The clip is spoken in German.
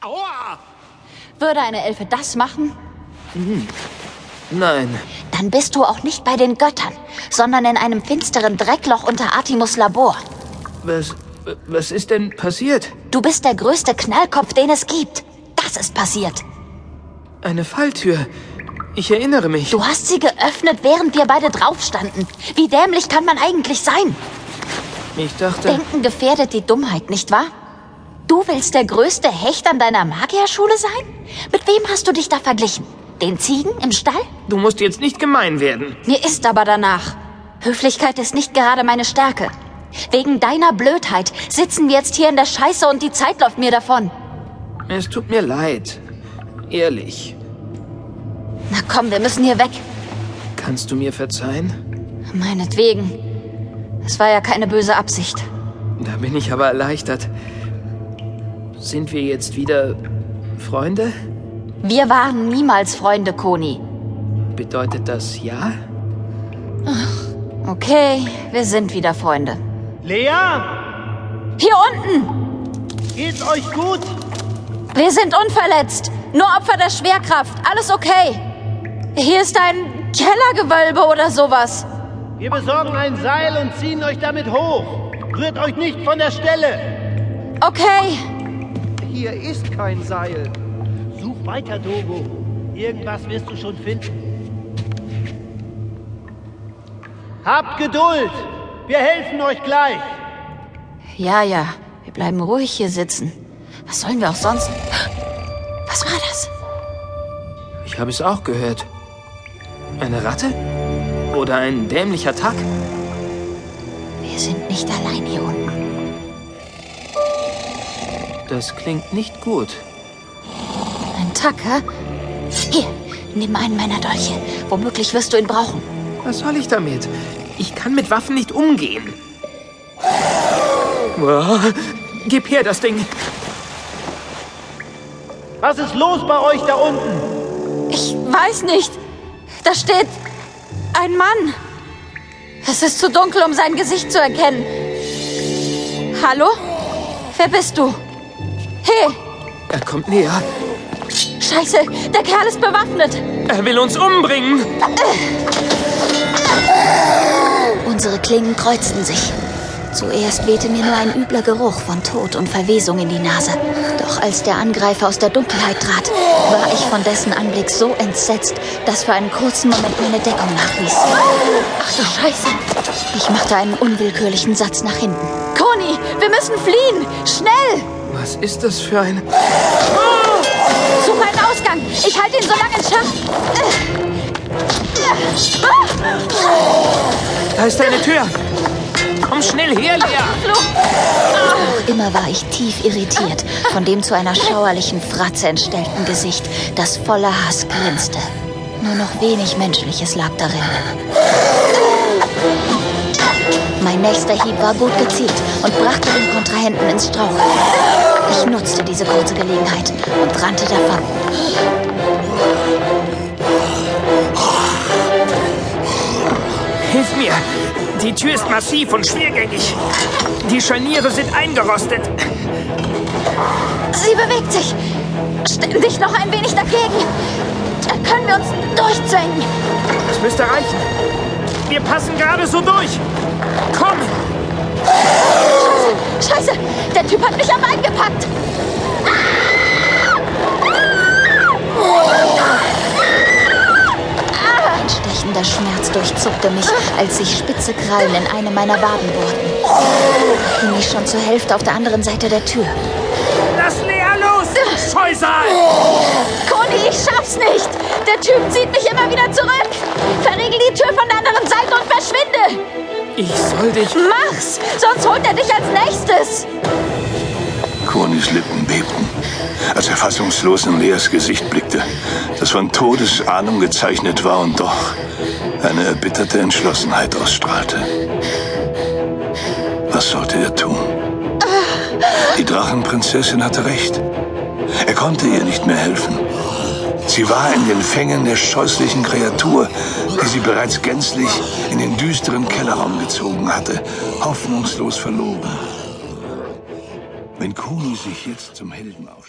Aua! Würde eine Elfe das machen, Mhm. Nein, Dann bist du auch nicht bei den Göttern, sondern in einem finsteren Dreckloch unter Artimus Labor. was, was ist denn passiert? Du bist der größte Knallkopf, den es gibt. Das ist passiert. Eine Falltür. Ich erinnere mich. Du hast sie geöffnet, während wir beide draufstanden. Wie dämlich kann man eigentlich sein? ich dachte, Denken gefährdet die Dummheit, nicht wahr? Du willst der größte Hecht an deiner Magierschule sein? Mit wem hast du dich da verglichen? Den Ziegen im Stall? du musst jetzt nicht gemein werden. Mir ist aber danach. Höflichkeit ist nicht gerade meine Stärke. Wegen deiner Blödheit sitzen wir jetzt hier in der Scheiße und die Zeit läuft mir davon. Es tut mir leid. Ehrlich. Na komm, wir müssen hier weg. Kannst du mir verzeihen? Meinetwegen. Es war ja keine böse Absicht. Da bin ich aber erleichtert. Sind wir jetzt wieder Freunde? Wir waren niemals Freunde, Koni. Bedeutet das ja? Okay, wir sind wieder Freunde. Lea, Hier unten! geht's euch gut? Wir sind unverletzt. Nur Opfer der Schwerkraft. Alles okay. Hier ist ein Kellergewölbe oder sowas. Wir besorgen ein Seil und ziehen euch damit hoch. Rührt euch nicht von der Stelle. Okay. Hier ist kein Seil. Such weiter, Dogo. Irgendwas wirst du schon finden. Habt Geduld. Wir helfen euch gleich. Ja, ja. Wir bleiben ruhig hier sitzen. Was sollen wir auch sonst? Was war das? Ich habe es auch gehört. Eine Ratte? Oder ein dämlicher Tack? Wir sind nicht allein hier unten. Das klingt nicht gut. Ein Tacker? Hier, nimm einen meiner Dolche. Womöglich wirst du ihn brauchen. Was soll ich damit? Ich kann mit Waffen nicht umgehen. Uah, Gib her das Ding. Was ist los bei euch da unten? ich weiß nicht. Da steht ein Mann. Es ist zu dunkel, um sein Gesicht zu erkennen. Hallo? Wer bist du? Hey, Er kommt näher. scheiße, der Kerl ist bewaffnet. Er will uns umbringen. Unsere Klingen kreuzten sich. Zuerst wehte mir nur ein übler Geruch von Tod und Verwesung in die Nase. Doch als der Angreifer aus der Dunkelheit trat, war ich von dessen Anblick so entsetzt, dass für einen kurzen Moment meine Deckung nachließ. Ach du Scheiße. Ich machte einen unwillkürlichen Satz nach hinten. Koni, wir müssen fliehen. Schnell. Was ist das für ein... Such einen Ausgang. Ich halte ihn so lange in Schach. Da ist eine Tür. Komm schnell her, Lea. Noch immer war ich tief irritiert von dem zu einer schauerlichen Fratze entstellten Gesicht, das voller Hass grinste. Nur noch wenig Menschliches lag darin. Mein nächster Hieb war gut gezielt und brachte den Kontrahenten ins Straucheln. Ich nutzte diese kurze Gelegenheit und rannte davon. Hilf mir. Die Tür ist massiv und schwergängig. Die Scharniere sind eingerostet. Sie bewegt sich. Stell dich noch ein wenig dagegen. Da können wir uns durchzwängen. Das müsste reichen. Wir passen gerade so durch. Komm. Scheiße, der Typ hat mich am Bein gepackt. Ein stechender Schmerz durchzuckte mich, als sich spitze Krallen in eine meiner Waden bohrten. Ich hing mich schon zur Hälfte auf der anderen Seite der Tür. Lass Lea los. Scheusal. Koni, ich schaff's nicht. Der Typ zieht mich immer wieder zurück. Verriegel die Tür von der anderen Seite und verschwinde. Ich soll dich... Mach's, sonst holt er dich als nächstes. Konis Lippen bebten, als er fassungslos in Leas Gesicht blickte, das von Todesahnung gezeichnet war und doch eine erbitterte Entschlossenheit ausstrahlte. Was sollte er tun? Die Drachenprinzessin hatte recht. Er konnte ihr nicht mehr helfen. Sie war in den Fängen der scheußlichen Kreatur, die sie bereits gänzlich in den düsteren Kellerraum gezogen hatte, hoffnungslos verloren. Wenn Kuni sich jetzt zum Helden aufspielt.